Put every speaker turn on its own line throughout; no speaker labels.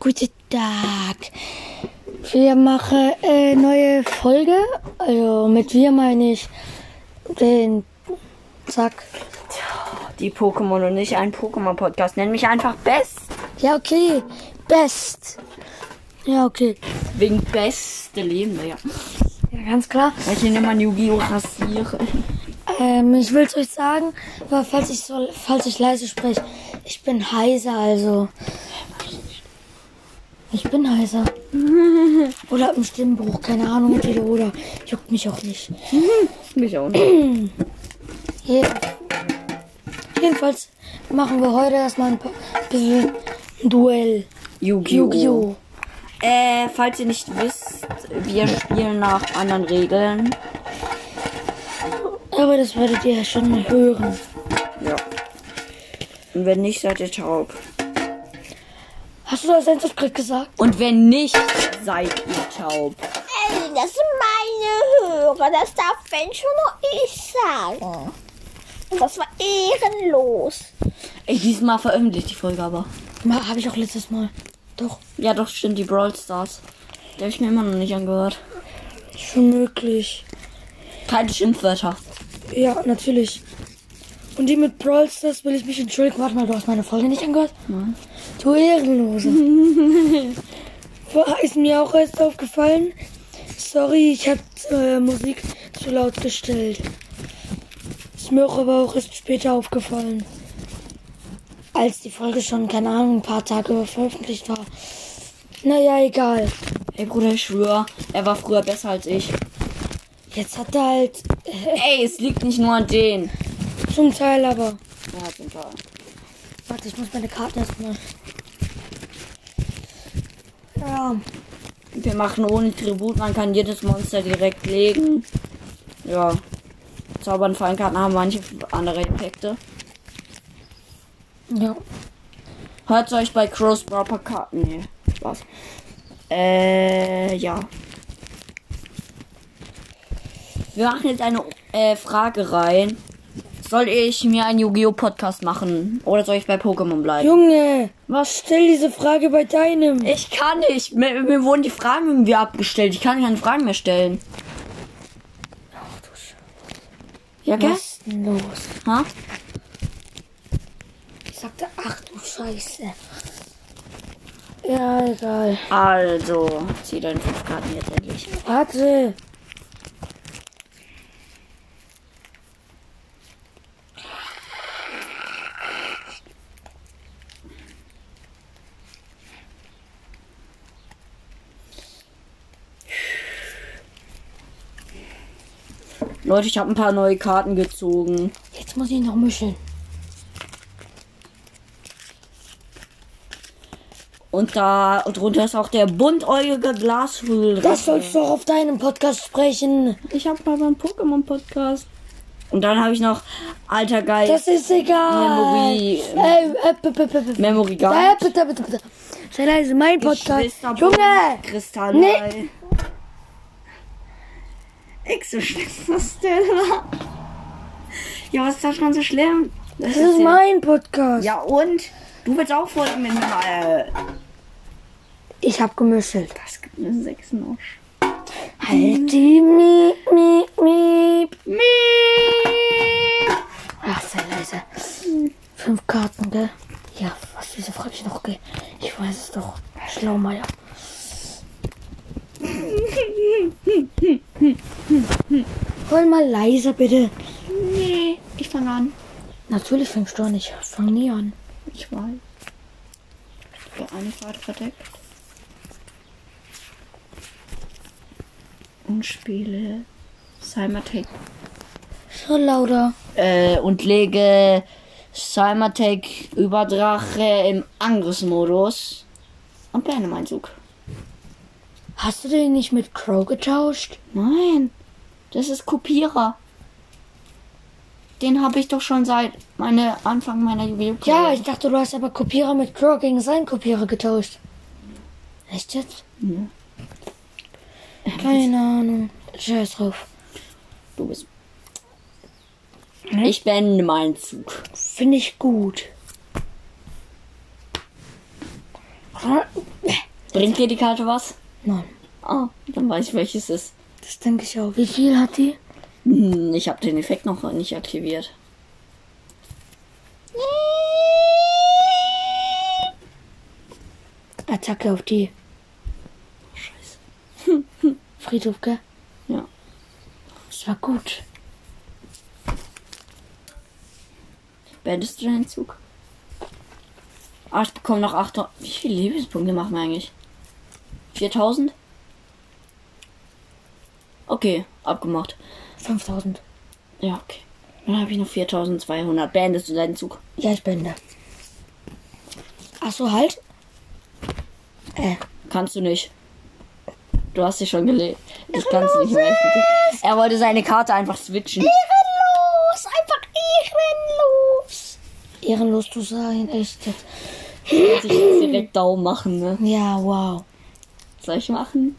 Guten Tag. Wir machen eine neue Folge. Also mit wir meine ich den Zack.
Die Pokémon und nicht ein Pokémon-Podcast. Nenn mich einfach Best.
Ja, okay. Best. Ja, okay.
Wegen beste Leben, ja.
Ja, ganz klar.
Weil ich hier immer Yu-Gi-Oh! rasiere.
Ähm, ich will es euch sagen, aber falls ich, so, falls ich leise spreche, ich bin heiser, also. Ich bin heiser. Oder im Stimmbruch, keine Ahnung, entweder oder. Juckt mich auch nicht.
Mich auch nicht.
Je- Jedenfalls machen wir heute erstmal ein paar- bisschen ein Duell.
Yu-Gi-Oh!
Yu-Gi-Oh!
Äh, falls ihr nicht wisst, wir spielen nach anderen Regeln.
Aber das werdet ihr ja schon mal hören.
Ja. Und wenn nicht, seid ihr taub.
Hast du das einfach gerade gesagt?
Und wenn nicht, seid ihr taub.
Ey, Äh, das sind meine Hörer. Das darf wenn schon nur ich sagen. Und das war ehrenlos.
Ich diesmal veröffentlicht die Folge aber.
Mal habe ich auch letztes Mal. Doch,
Ja, doch, stimmt, die Brawl Stars. Die habe ich mir immer noch nicht angehört.
schon möglich.
Keine Schimpfwörter.
Ja, natürlich. Und die mit Brawl Stars will ich mich entschuldigen. Warte mal, du hast meine Folge nicht angehört? Nein. Du Ehrenlose. War- Ist mir auch erst aufgefallen. Sorry, ich hab äh, Musik zu laut gestellt. Ist mir auch aber auch erst später aufgefallen. Als die Folge schon, keine Ahnung, ein paar Tage veröffentlicht war. Naja, egal.
Ey, Bruder, ich schwör, er war früher besser als ich.
Jetzt hat er halt äh,
Ey, es liegt nicht nur an denen.
zum Teil aber.
Ja, zum Teil.
Warte, ich muss meine Karten erstmal. Ja,
Wir machen ohne Tribut, man kann jedes Monster direkt legen. Ja. Zaubern, Fallenkarten haben manche andere Effekte.
ja.
Hört euch bei Cross Proper Karten. Nee, Spaß. Äh, ja. Wir machen jetzt eine äh, Frage rein. Soll ich mir einen Yu-Gi-Oh! Podcast machen? Oder soll ich bei Pokémon bleiben?
Junge, was stell diese Frage bei deinem?
Ich kann nicht. Mir, mir wurden die Fragen irgendwie abgestellt. Ich kann keine Fragen mehr stellen. Ja, gell?
Was ist denn los?
Ha?
Ich sagte, ach du Scheiße. Ja, egal.
Also, zieh deine fünf Karten jetzt endlich.
Warte.
Leute, ich habe ein paar neue Karten gezogen.
Jetzt muss ich noch mischen.
Und da und drunter ist auch der buntäugige Glashügel.
Das sollst du auch auf deinem Podcast sprechen.
ich habe mal beim Pokémon-Podcast. Und dann habe ich noch Alter Geist,
Das ist egal.
Memory-
Ey, äh, p- p- p- p-
Memory
Äh,
Guard,
bitte, bitte, bitte. Sei leise, mein Podcast. Junge!
Kristall,
Nee.
Nix so schlimm, was denn? Ja, was ist das schon so schlimm?
Das ist mein Podcast.
Ja, und? Du willst auch Äh, folgen mit mir.
Ich hab gemischelt.
Das gibt eine 6 noch.
Halt die Miep, Miep, Miep. Ach, sei leise. Fünf Karten, gell? Ja, was, wieso frag ich noch, gell? Ich weiß es doch. Schlaumeier. Hol mal leiser, bitte.
Nee, ich fange an.
Natürlich fängst du an, ich fang nie an.
Ich weiß. So, eine Karte verdeckt. Und spiele Cymertake.
So lauter.
Äh, und lege Cymertake Überdrache im Angriffsmodus. Und beende meinen Zug.
Hast du den nicht mit Crow getauscht?
Nein, das ist Kopierer. Den habe ich doch schon seit meine Anfang meiner Jubiläum.
Ja, ich dachte, du hast aber Kopierer mit Crow gegen seinen Kopierer getauscht. Echt jetzt?
Ja.
Keine Ahnung. Scheiß drauf.
du bist. Ich beende meinen Zug.
Finde ich gut.
Bringt dir die Karte was?
Nein,
Ah, dann weiß ich, welches ist.
das denke ich auch. Wie viel hat die?
Hm, Ich habe den Effekt noch nicht aktiviert.
Attacke auf die.
Scheiße.
Friedhof, gell?
Ja.
Das war gut.
Beendest du deinen Zug? Ah, ich bekomme noch 800. Wie viele Lebenspunkte machen wir eigentlich? 4000? Okay, abgemacht.
5000.
Ja, okay. Dann habe ich noch 4200. Beendest du deinen Zug?
Ja, ich bin da. Ach so, halt. Äh,
Kannst du nicht. Du hast dich schon gelebt. Ich kann es nicht mehr. öffnen. Er wollte seine Karte einfach switchen.
Ehrenlos, einfach ehrenlos.
ehrenlos zu sein, echt jetzt.
Er wollte sich jetzt direkt Daumen machen, ne?
Ja, wow.
Soll ich machen?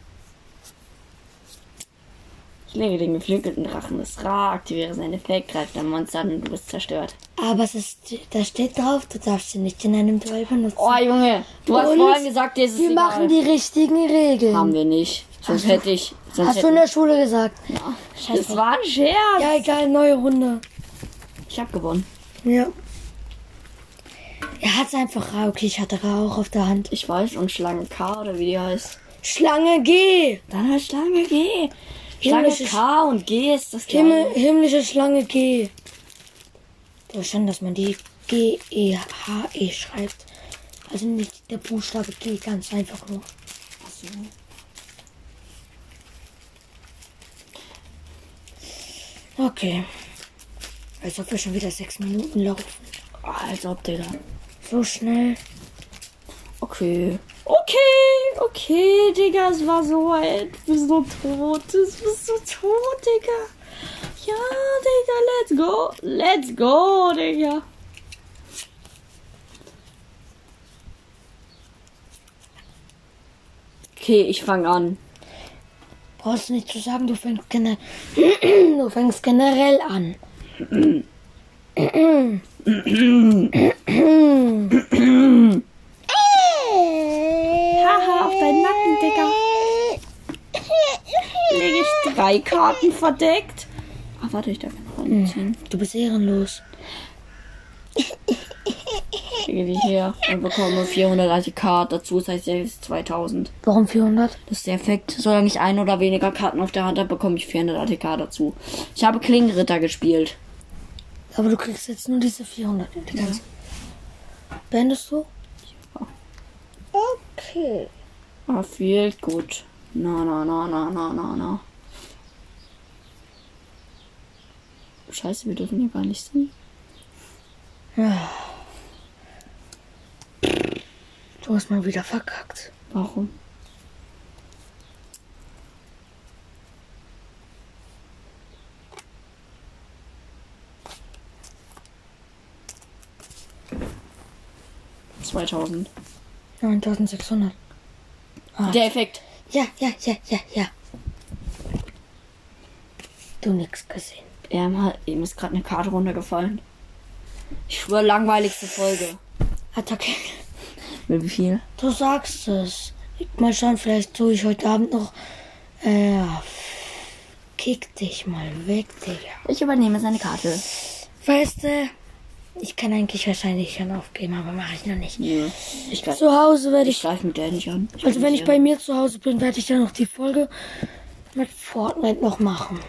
Ich lege den geflügelten Drachen des Ra, aktiviere seinen Effekt, greift ein Monster an und du bist zerstört.
Aber es ist, da steht drauf, du darfst sie nicht in einem Duell benutzen.
Oh Junge, du hast
Und
vorhin gesagt, dir ist es
wir
egal.
machen die richtigen Regeln.
Haben wir nicht. Sonst hätte ich. Sonst
Hast du in
hätten,
der Schule gesagt?
ja.
Scheiße.
Das war ein Scherz.
Ja, egal, neue Runde.
Ich hab gewonnen.
Ja. Er hat's einfach Ra. Okay, ich hatte Ra auch auf der Hand.
Ich weiß, und Schlange K oder wie die heißt.
Schlange G.
Dann heißt Schlange G. Schlange
Himmlisches-
K und G ist das
Himmel,
gleiche.
himmlische Schlange G. So schon, dass man die G-E-H-E E schreibt. Also nicht der Buchstabe G, ganz einfach nur. Okay. Als ob wir schon wieder sechs Minuten laufen.
Oh, als ob, Digga.
So schnell.
Okay. Okay, okay, Digga, es war so alt. Du bist so tot. Du bist so tot, Digga. Ja, Digga, let's go. Let's go, Digga. Okay, ich fange an.
Brauchst du nicht zu sagen, du fängst, gener du fängst generell an.
Äh,
Haha, auf deinen Nacken, Digga. Lege ich drei Karten verdeckt. Ah, warte, ich darf noch eine ziehen.
Du bist ehrenlos.
Lege die hier und bekomme 400 ATK. Dazu das heißt jetzt 2000.
Warum 400?
Das ist der Effekt. Solange ich ein oder weniger Karten auf der Hand habe, bekomme ich 400 ATK dazu. Ich habe Klingenritter gespielt.
Aber du kriegst jetzt nur diese 400. Die ganze- Beendest du?
Okay.
Ah, viel gut. Na, na, na, na, na, na, na. Scheiße, wir dürfen hier gar nicht singen.
Du hast mal wieder verkackt.
Warum? Zweitausend.
9600.
Der Effekt.
Ja, ja, ja, ja, ja. Du nix gesehen.
Ja, mal, ihm ist gerade eine Karte runtergefallen. Ich schwöre, langweiligste Folge.
Attacke.
Mit wie viel?
Du sagst es. Mal schauen, vielleicht tue ich heute Abend noch. Äh. Kick dich mal weg, Digga.
Ich übernehme seine Karte.
Weißt du, ich kann eigentlich wahrscheinlich schon aufgeben, aber mache ich noch nicht.
Nee. Ich greife
Zu Hause werde
ich
ich.
greif mit der nicht an.
Also, wenn ich bei
mir.
mir zu Hause bin, werde ich dann noch die Folge mit Fortnite noch machen.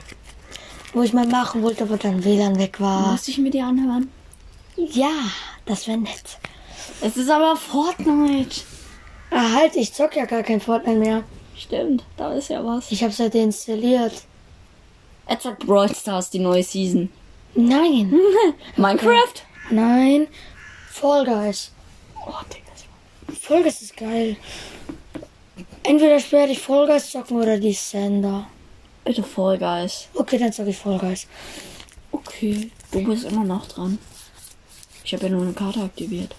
Wo ich mal machen wollte, aber dann WLAN weg war.
Muss ich mir die anhören?
Ja, das wäre nett.
Es ist aber Fortnite.
Ah, halt, ich zock ja gar kein Fortnite mehr.
Stimmt, da ist ja was.
Ich hab's halt installiert.
Edward Brawl Stars, die neue Season.
Nein,
Minecraft?
nein. Fall Guys.
Oh, Digga. das war-
Fall Guys ist geil. Entweder später ich Fall Guys zocken oder die Sender.
Bitte Fall Guys.
Okay, dann zock ich Fall Guys.
Okay. Du bist immer noch dran. Ich habe ja nur eine Karte aktiviert.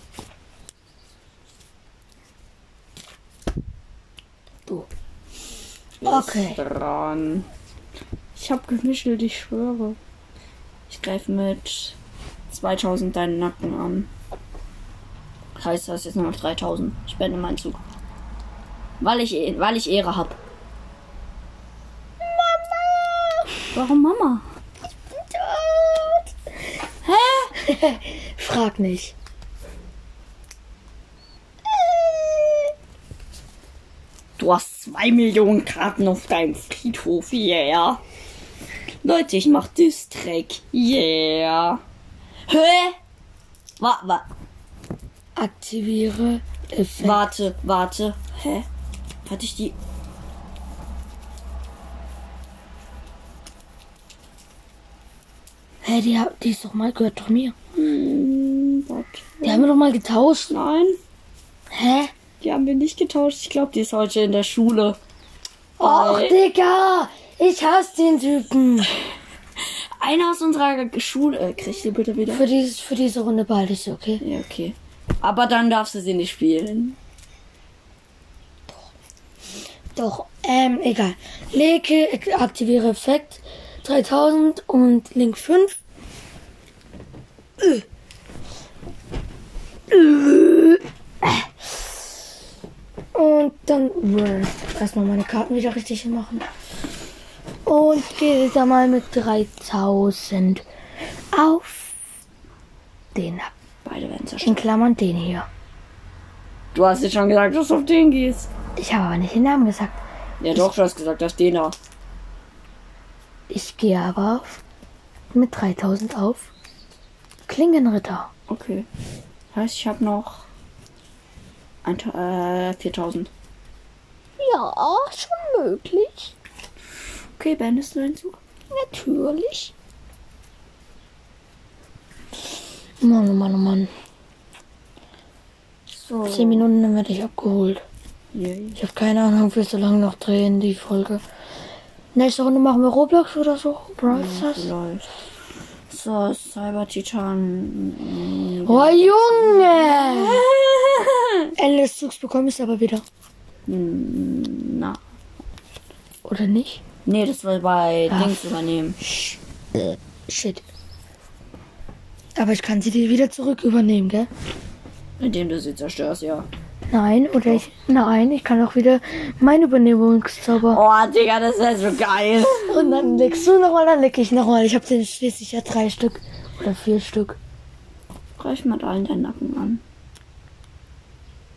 Du. Okay.
Dran. Ich habe gemischelt, ich schwöre. Ich greife mit 2000 deinen Nacken an. Heißt das jetzt nur noch 3000. Ich beende meinen Zug. Weil ich, weil ich Ehre hab. Warum Mama?
Tot.
Frag nicht.
Du hast zwei Millionen Karten auf deinem Friedhof, yeah. Leute, ich mach Distrack, yeah. Hä? Wa wa
Aktiviere Effekt.
warte, warte. Hä? Hatte ich die.
Hä, die, hab- die ist doch mal, gehört doch mir.
Hm, warte.
Die haben wir doch mal getauscht.
Nein,
Hä?
die haben wir nicht getauscht. Ich glaube, die ist heute in der Schule.
Och,
Ey.
Digga! Ich hasse den Typen.
Einer aus unserer G- Schule. Äh, kriegst du bitte wieder?
Für, dieses, für diese Runde behalte ich sie, okay?
Ja, okay. Aber dann darfst du sie nicht spielen.
Doch, ähm, egal. Leke, ak- aktiviere Effekt 3000 und Link 5. Äh. Äh. Und dann äh, erstmal meine Karten wieder richtig machen. Und gehe da mal mit 3000 auf den, ab.
Beide werden zerstört.
in Klammern den hier.
Du hast jetzt schon gesagt, dass du auf den gehst.
Ich habe aber nicht den Namen gesagt.
Ja, doch, du hast gesagt, dass den da.
Ich gehe aber auf, mit 3000 auf Klingenritter.
Okay. Heißt, ich habe noch. Ein, Ta- äh, 4000.
Ja, schon möglich.
Okay, beendest du deinen Zug?
Natürlich.
Mann, oh Mann, oh Mann.
So.
Zehn Minuten, dann werde ich abgeholt.
Yay.
Ich habe keine Ahnung, wie so lange noch drehen, die Folge. Nächste Runde machen wir Roblox oder so. Brawl Stars.
Läuft. So, Cyber Titan.
Oh, Junge! Ende des Zugs bekomme ich es aber wieder.
Hm, Na.
Oder nicht?
Nee, das will bei
Ah.
Dings übernehmen.
Shit. Aber ich kann sie dir wieder zurück übernehmen, gell?
Indem du sie zerstörst, ja.
Nein, oder ich. Nein, ich kann auch wieder meinen Übernehmungszauber.
Oh, Digga, das ist so geil.
Und dann leckst du nochmal, dann leck ich nochmal. Ich habe den schließlich ja drei Stück oder vier Stück.
Greif mal da in deinen Nacken an.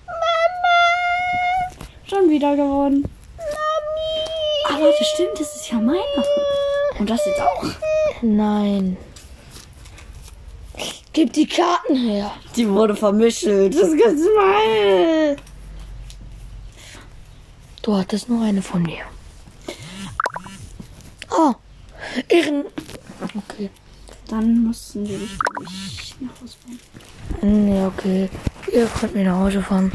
Mama! Schon wieder geworden. Mami! Ah, warte, stimmt, das ist ja meine. Und das jetzt auch.
Nein. Gib die Karten her.
Die wurde vermischelt. Das ist mal.
Du hattest nur eine von mir. Oh. Irren. Okay.
Dann mussten wir dich, glaub ich, nach Hause fahren.
Nee, okay. Ihr könnt mir nach Hause fahren.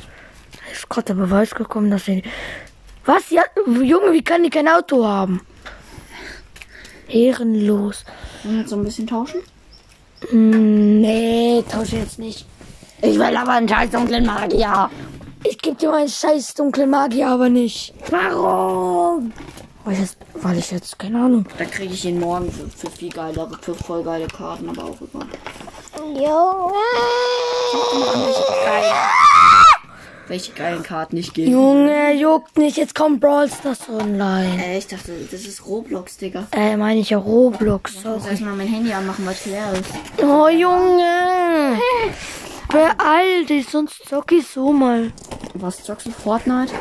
Ist gerade der Beweis gekommen, dass sie. Was? Ja, Junge, wie kann die kein Auto haben? Ehrenlos.
Wollen wir jetzt so ein bisschen tauschen?
Hm, Nee, tausche jetzt nicht.
Ich will aber einen scheiß dunklen Magier.
Ich geb dir meinen scheiß dunklen Magier aber nicht. Warum? Weil ich jetzt, weil ich jetzt keine Ahnung.
Da kriege ich ihn morgen für, für viel geilere, für voll geile Karten, aber auch über.
Junge.
Welche geilen Karten ich gebe.
Junge, juckt nicht, jetzt kommt Brawl Stars online.
Ey, ich dachte, das ist Roblox, Digga.
Äh, meine ich ja Roblox.
Ich muss erstmal mein Handy anmachen, was leer ist.
Oh, Junge. Beeil dich, sonst zock ich so mal.
Was zockst du? Fortnite?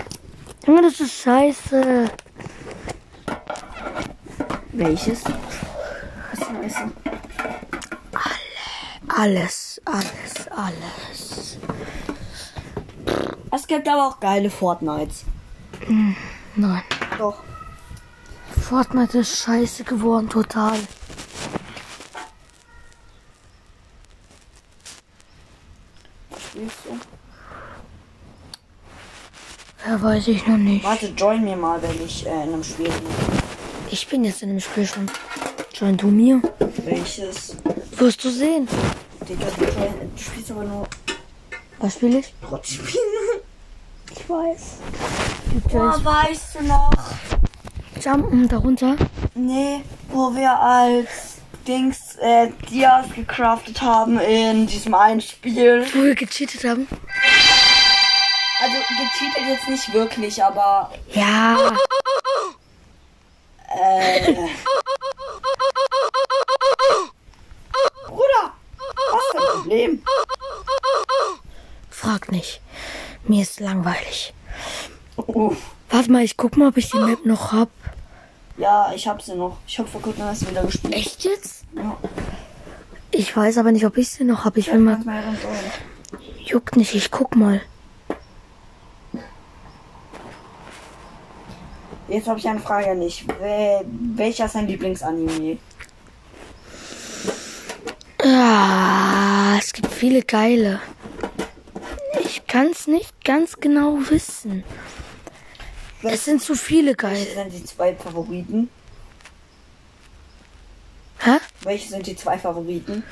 Junge, das ist scheiße.
Welches? Das heißt,
Alles, alles, alles.
es gibt aber auch geile Fortnites.
Nein.
Doch.
Fortnite ist scheiße geworden, total.
Spielst du?
Ja, weiß ich noch nicht.
Warte, join mir mal, wenn ich äh, in einem Spiel bin.
Ich bin jetzt in dem Spiel schon. Join du mir.
Welches?
Wirst du sehen.
Digga, du join- du spielst aber nur
Was spiele ich?
Rottspiele.
Ich weiß.
Boah, weißt du noch?
Ah. Jumpen darunter.
Nee, wo wir als Dings äh, Dias gecraftet haben in diesem einen Spiel.
Wo wir gecheatet haben.
Also, gecheatet jetzt nicht wirklich, aber
Ja.
äh. Bruder, was ist dein Problem?
Frag nicht. Mir ist langweilig.
Uff.
Warte mal, ich guck mal, ob ich die Map noch hab.
Ja, ich hab sie noch. Ich hab vor kurzem erst wieder gespielt.
Echt jetzt?
Ja.
Ich weiß aber nicht, ob ich sie noch hab. Ich will mal.
Manchmal ganz ohne.
Juckt nicht, ich guck mal.
Jetzt habe ich eine Frage an dich. Wel- Welcher ist dein Lieblingsanime?
Ah, es gibt viele geile. Ich kann's nicht ganz genau wissen. Es sind zu viele
Welche
geile.
sind die zwei Favoriten?
Hä?
Welche sind die zwei Favoriten?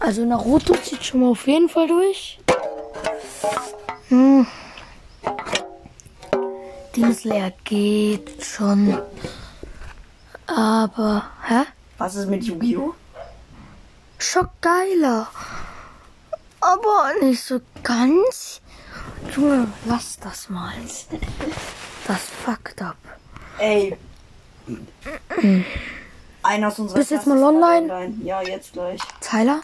Also Naruto zieht schon mal auf jeden Fall durch. Hm. Dieses leer geht schon. Aber, hä?
Was ist mit Yu-Gi-Oh?
Schock geiler. Aber nicht so ganz. Junge, lass das mal. Das fuckt up.
Ey. Einer aus unserer
Bist du jetzt
Klasse
mal
ist gerade
online?
online. Ja, jetzt gleich.
Tyler?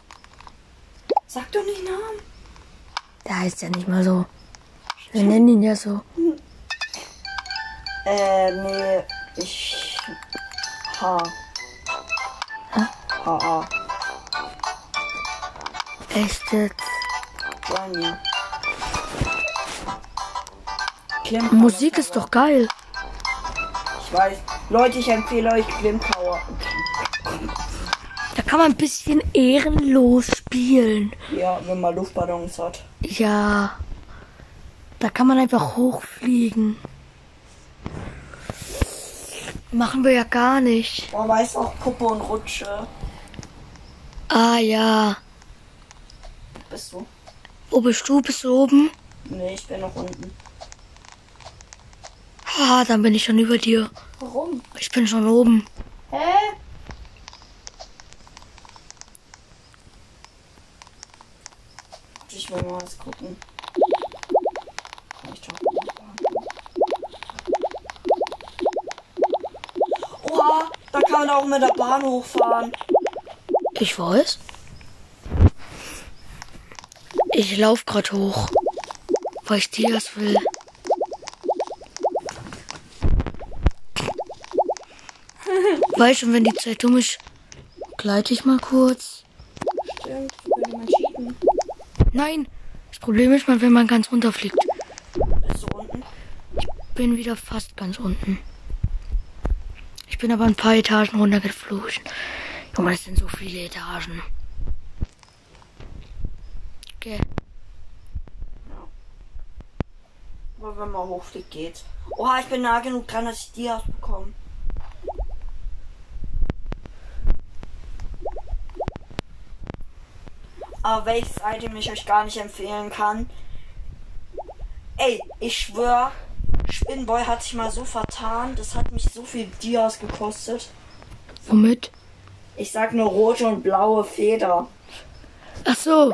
Sag doch nicht Namen.
Der heißt ja nicht mal so. Wir nennen ihn ja so.
Äh, nee. Ich. H. H. A.
Echt jetzt.
Join me. Klemmbauer.
Musik ist doch geil.
Ich weiß. Leute, ich empfehle euch Klimkauer.
Da kann man ein bisschen ehrenlos spielen.
Ja, wenn man Luftballons hat.
Ja. Da kann man einfach hochfliegen. Machen wir ja gar nicht.
Man weiß auch Puppe und Rutsche.
Ah ja.
Bist du?
Wo bist du? Bist du oben?
Nee, ich bin noch unten.
Ah, dann bin ich schon über dir.
Warum?
Ich bin schon oben.
Hä? Warte, Ich will mal was gucken. Kann ich doch nicht sagen. Oha, da kann man auch mit der Bahn hochfahren.
Ich weiß. Ich lauf grad hoch, weil ich dir das will. Weißt schon, wenn die Zeit dumm ist, gleite ich mal kurz.
Stimmt, würde man schieben.
Nein, das Problem ist mal, wenn man ganz runterfliegt.
Bist du unten?
Bin wieder fast ganz unten. Ich bin aber ein paar Etagen runtergeflogen. Junge, das sind so viele Etagen. Okay.
Aber wenn man hochfliegt, geht's. Oha, ich bin nah genug dran, dass ich Dias bekomme. Aber welches Item ich euch gar nicht empfehlen kann. Ey, ich schwör, Spinnboy hat sich mal so vertan. Das hat mich so viel Dias gekostet.
Womit?
Ich sag nur rote und blaue Feder.
Ach so.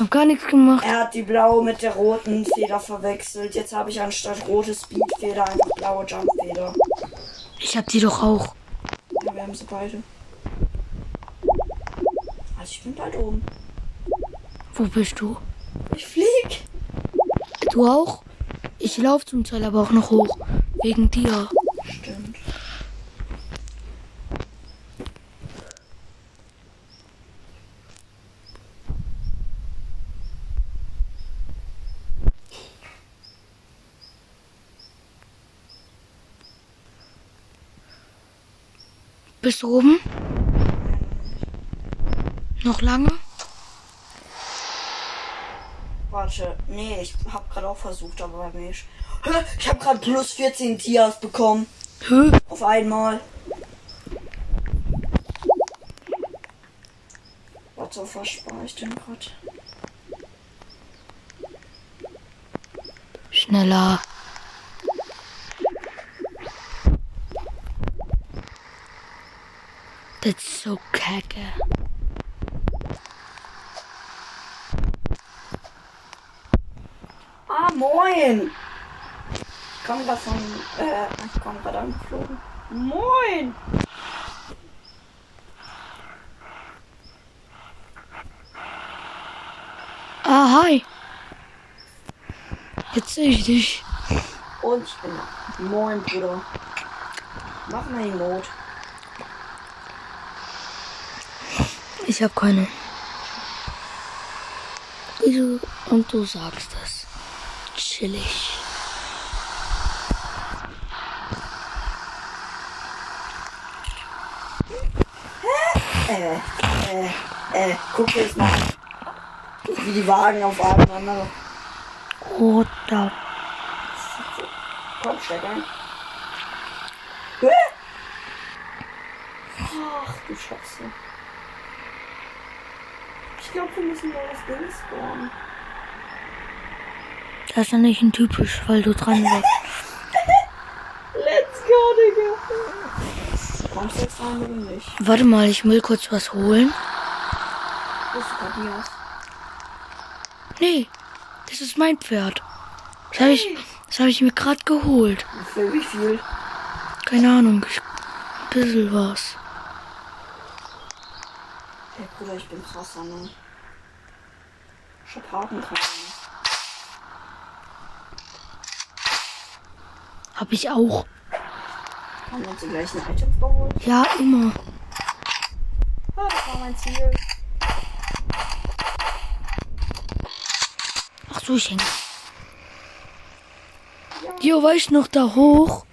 Hab gar nichts gemacht.
Er hat die blaue mit der roten Feder verwechselt. Jetzt habe ich anstatt rote Speedfeder einfach blaue Jumpfeder.
Ich hab die doch auch.
Ja, wir haben sie beide. Also ich bin bald oben.
Wo bist du?
Ich flieg.
Du auch? Ich lauf zum Teil aber auch noch hoch. Wegen dir.
Stimmt.
Bist du oben? Noch lange?
Warte, nee, ich hab gerade auch versucht, aber bei mir ist- Hä? Ich hab gerade plus 14 Tias bekommen.
Hä?
Auf einmal. Warte, auf was spare ich denn gerade?
Schneller. Das ist so kacke.
Ah,
moin. Ich komme gerade von, äh, ich komme gerade angeflogen.
Moin!
Ah, hi. Jetzt sehe ich dich.
Und ich bin da. Moin, Bruder. Mach mal die Not.
Ich habe keine. Wieso? Und du sagst das. Chillig.
Äh, guck jetzt mal. Wie die Wagen auf aufeinander.
Oh, da.
Komm, steig ein. Hä? Ach du Scheiße. Ich glaube, wir müssen mal das Ding spawnen.
Das ist ja nicht ein typisch, weil du dran warst.
Let's go, Digga!
Kommst du jetzt rein oder nicht?
Warte mal, ich will kurz was holen.
Bist du Tobias?
Nee, das ist mein Pferd. Das habe ich, das hab ich mir gerade geholt.
Für wie viel?
Keine Ahnung, ich, ein bisschen was.
Ey Bruder, ich bin krasser, ne? Ich hab Hakenkreise.
Hab ich auch.
Haben wir uns die gleichen Items geholt?
Ja, immer.
Ah, das war mein Ziel.
Ach so, ich häng. Jo, war ich noch da hoch?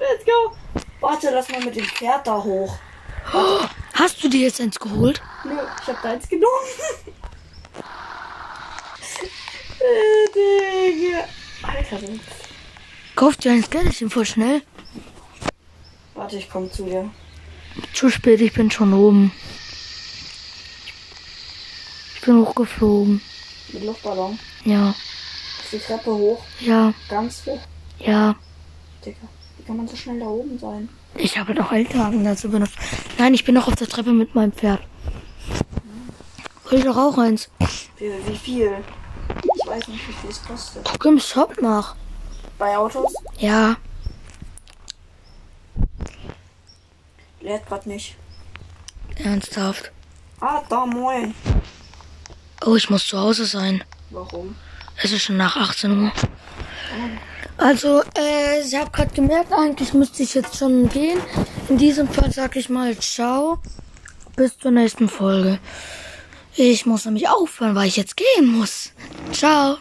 Let's go!
Warte, lass mal mit dem Pferd da hoch.
Hast du dir jetzt eins geholt?
Nö, ich hab deins genommen. Äh, Digga.
Alter, du-
Kauf dir eins, gell? Ich bin voll schnell.
warte, ich komm zu dir.
Zu spät, ich bin schon oben. Ich bin hochgeflogen.
Mit Luftballon.
Ja,
Die Treppe hoch,
ja,
ganz hoch.
ja.
Digga, wie kann man so schnell da oben sein?
Ich habe noch Altlagen dazu benutzt. Nein, ich bin noch auf der Treppe mit meinem Pferd. Hol doch auch eins.
Wie, wie viel? Ich weiß nicht, wie viel es kostet.
Guck im Shop nach.
Bei Autos?
Ja,
Lädt grad nicht.
ernsthaft.
Ah, da, moin.
Oh, ich muss zu Hause sein.
Warum?
Es ist schon nach 18 Uhr. Also, äh, ich habe gerade gemerkt, eigentlich müsste ich jetzt schon gehen. In diesem Fall sage ich mal ciao. Bis zur nächsten Folge. Ich muss nämlich aufhören, weil ich jetzt gehen muss. Ciao.